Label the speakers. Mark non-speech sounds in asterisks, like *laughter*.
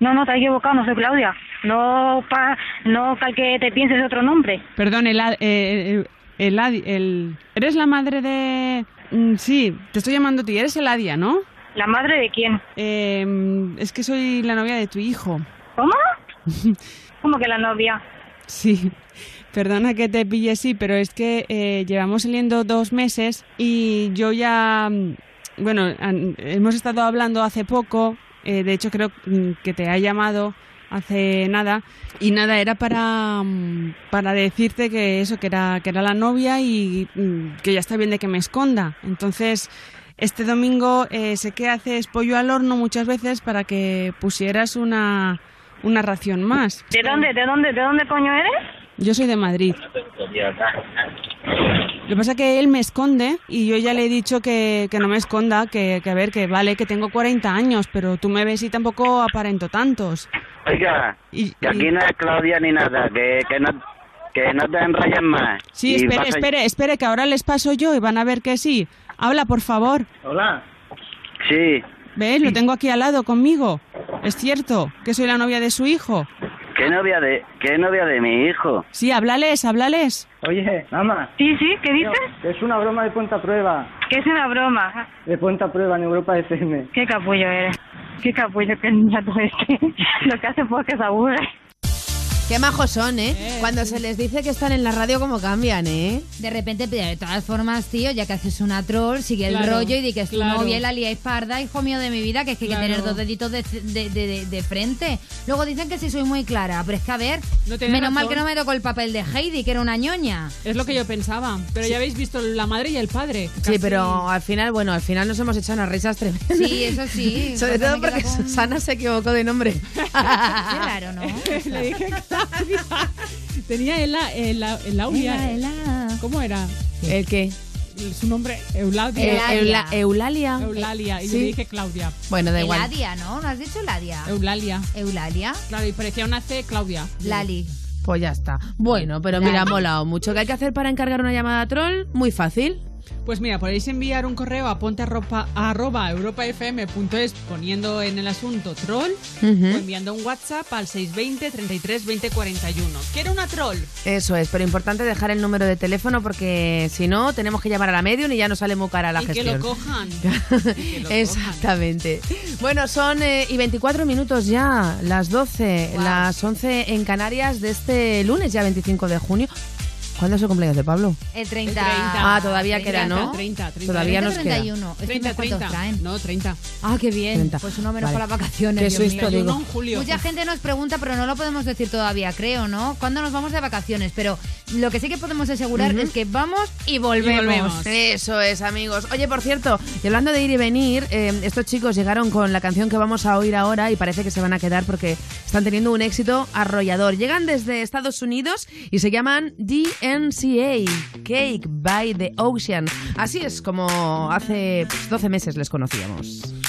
Speaker 1: No, no, te has equivocado, no soy Claudia. No, pa, no cal que te pienses otro nombre.
Speaker 2: Perdón, el, ad- eh, el, ad- el- Eres la madre de... mm, Sí, te estoy llamando a ti. Eres Eladia, ¿no?
Speaker 1: ¿La madre de quién?
Speaker 2: Eh, mm, es que soy la novia de tu hijo.
Speaker 3: *laughs*
Speaker 1: ¿Cómo? ¿Cómo que la novia?
Speaker 2: Sí, perdona que te pille así, pero es que eh, llevamos saliendo dos meses y yo ya, mm, bueno, han- hemos estado hablando hace poco, eh, de hecho creo mm, que te ha llamado hace nada y nada era para mm, para decirte que eso que era que era la novia y mm, que ya está bien de que me esconda entonces este domingo eh, sé que haces pollo al horno muchas veces para que pusieras una una ración más
Speaker 1: ¿De dónde, de dónde, de dónde coño eres?
Speaker 2: yo soy de Madrid. Lo que pasa es que él me esconde y yo ya le he dicho que, que no me esconda, que, que a ver, que vale, que tengo 40 años, pero tú me ves y tampoco aparento tantos.
Speaker 4: Oiga,
Speaker 2: Y-
Speaker 4: que aquí no es Claudia ni nada, que, que, no, que no te enrolles más.
Speaker 2: Sí,
Speaker 4: Y
Speaker 2: espere,
Speaker 4: vas a-
Speaker 2: espere, espere, que ahora les paso yo y van a ver que sí. Habla, por favor.
Speaker 5: Hola.
Speaker 4: Sí,
Speaker 2: ¿Ves? Lo tengo aquí al lado conmigo. Es cierto que soy la novia de su hijo.
Speaker 4: ¿qué novia de, qué novia de mi hijo?
Speaker 2: Sí, háblales, háblales.
Speaker 5: Oye, mamá.
Speaker 1: Sí, sí, ¿qué
Speaker 5: tío,
Speaker 1: dices?
Speaker 5: que es una broma de Ponta Prueba.
Speaker 1: Que es una broma.
Speaker 5: De Ponta Prueba en Europa FM.
Speaker 1: Qué capullo eres. Qué capullo, qué niñato este. *laughs* Lo que hace pues que se aburre.
Speaker 3: Qué majos son, ¿eh? Cuando se les dice que están en la radio, cómo cambian, ¿eh?
Speaker 6: De repente, pero de todas formas, tío, ya que haces una troll, sigue el
Speaker 2: Claro,
Speaker 6: rollo y di que es tu
Speaker 2: claro.
Speaker 6: novia y la liáis parda, hijo mío de mi vida, que es que hay
Speaker 2: Claro.
Speaker 6: que tener dos deditos de, de- de- de- de frente. Luego dicen que sí soy muy clara, pero es que a ver,
Speaker 2: No tenés
Speaker 6: menos mal
Speaker 2: razón.
Speaker 6: que no me tocó el papel de Heidi, que era una ñoña.
Speaker 3: *laughs*
Speaker 2: Es lo que yo pensaba, pero ya habéis visto la madre y el padre.
Speaker 3: Sí, pero al final, bueno, al final nos hemos echado unas risas tremendas.
Speaker 6: Sí, eso sí.
Speaker 3: Sobre
Speaker 6: Cosa
Speaker 3: todo
Speaker 6: me queda
Speaker 3: porque
Speaker 6: con- *laughs*
Speaker 3: Susana se equivocó de nombre.
Speaker 6: Qué raro, ¿no?
Speaker 2: *laughs* Le dije Claudia. Tenía el, el, el
Speaker 6: Ela, ela.
Speaker 2: ¿Cómo era?
Speaker 3: ¿El qué?
Speaker 2: Su nombre, Eulalia.
Speaker 6: Eulalia.
Speaker 3: Eula- Eulalia.
Speaker 2: Eulalia. Y
Speaker 3: Sí.
Speaker 2: le dije Claudia.
Speaker 3: Bueno, da igual.
Speaker 6: Eladia, ¿no? ¿No has dicho Eladia?
Speaker 2: Eulalia.
Speaker 6: Eulalia.
Speaker 2: Claro, y parecía una C, Claudia.
Speaker 6: Lali.
Speaker 3: Pues ya está. Bueno, pero mira, ha molado mucho. ¿Qué hay que hacer para encargar una llamada troll? Muy fácil.
Speaker 2: Pues mira, podéis enviar un correo a ponte arropa- arroba europafm.es poniendo en el asunto troll o enviando un WhatsApp al 620 33 20 41. Quiero una troll.
Speaker 3: Eso es, pero importante dejar el número de teléfono porque si no, tenemos que llamar a la medium y ya no sale muy cara la
Speaker 2: y
Speaker 3: gestión.
Speaker 2: que lo
Speaker 6: *laughs*
Speaker 3: *laughs*
Speaker 2: cojan. Y que lo cojan.
Speaker 3: Exactamente. Bueno, son eh, y 24 minutos ya, las 12, las 11 en Canarias de este lunes, ya 25 de junio. ¿Cuándo es el cumpleaños de Pablo?
Speaker 6: El 30.
Speaker 2: El 30.
Speaker 3: Ah, todavía queda, ¿no?
Speaker 2: 30, 30.
Speaker 3: Todavía nos queda.
Speaker 6: 31. Es que
Speaker 2: 30,
Speaker 6: no sé cuántos
Speaker 2: 30.
Speaker 6: traen.
Speaker 2: No, 30.
Speaker 6: Ah, qué bien.
Speaker 3: 30.
Speaker 6: Pues uno menos
Speaker 3: Vale.
Speaker 6: para las vacaciones.
Speaker 3: Qué
Speaker 6: Dios mío.
Speaker 3: susto, digo.
Speaker 2: 31 en julio.
Speaker 6: Mucha gente nos pregunta, pero no lo podemos decir todavía, creo, ¿no? ¿Cuándo nos vamos de vacaciones? Pero lo que sí que podemos asegurar es que vamos y volvemos.
Speaker 2: Y volvemos.
Speaker 3: Eso es, amigos. Oye, por cierto, y hablando de ir y venir, eh, estos chicos llegaron con la canción que vamos a oír ahora y parece que se van a quedar porque están teniendo un éxito arrollador. Llegan desde Estados Unidos y se llaman DNCA, Cake by the Ocean. Así es como hace pues, 12 meses les conocíamos.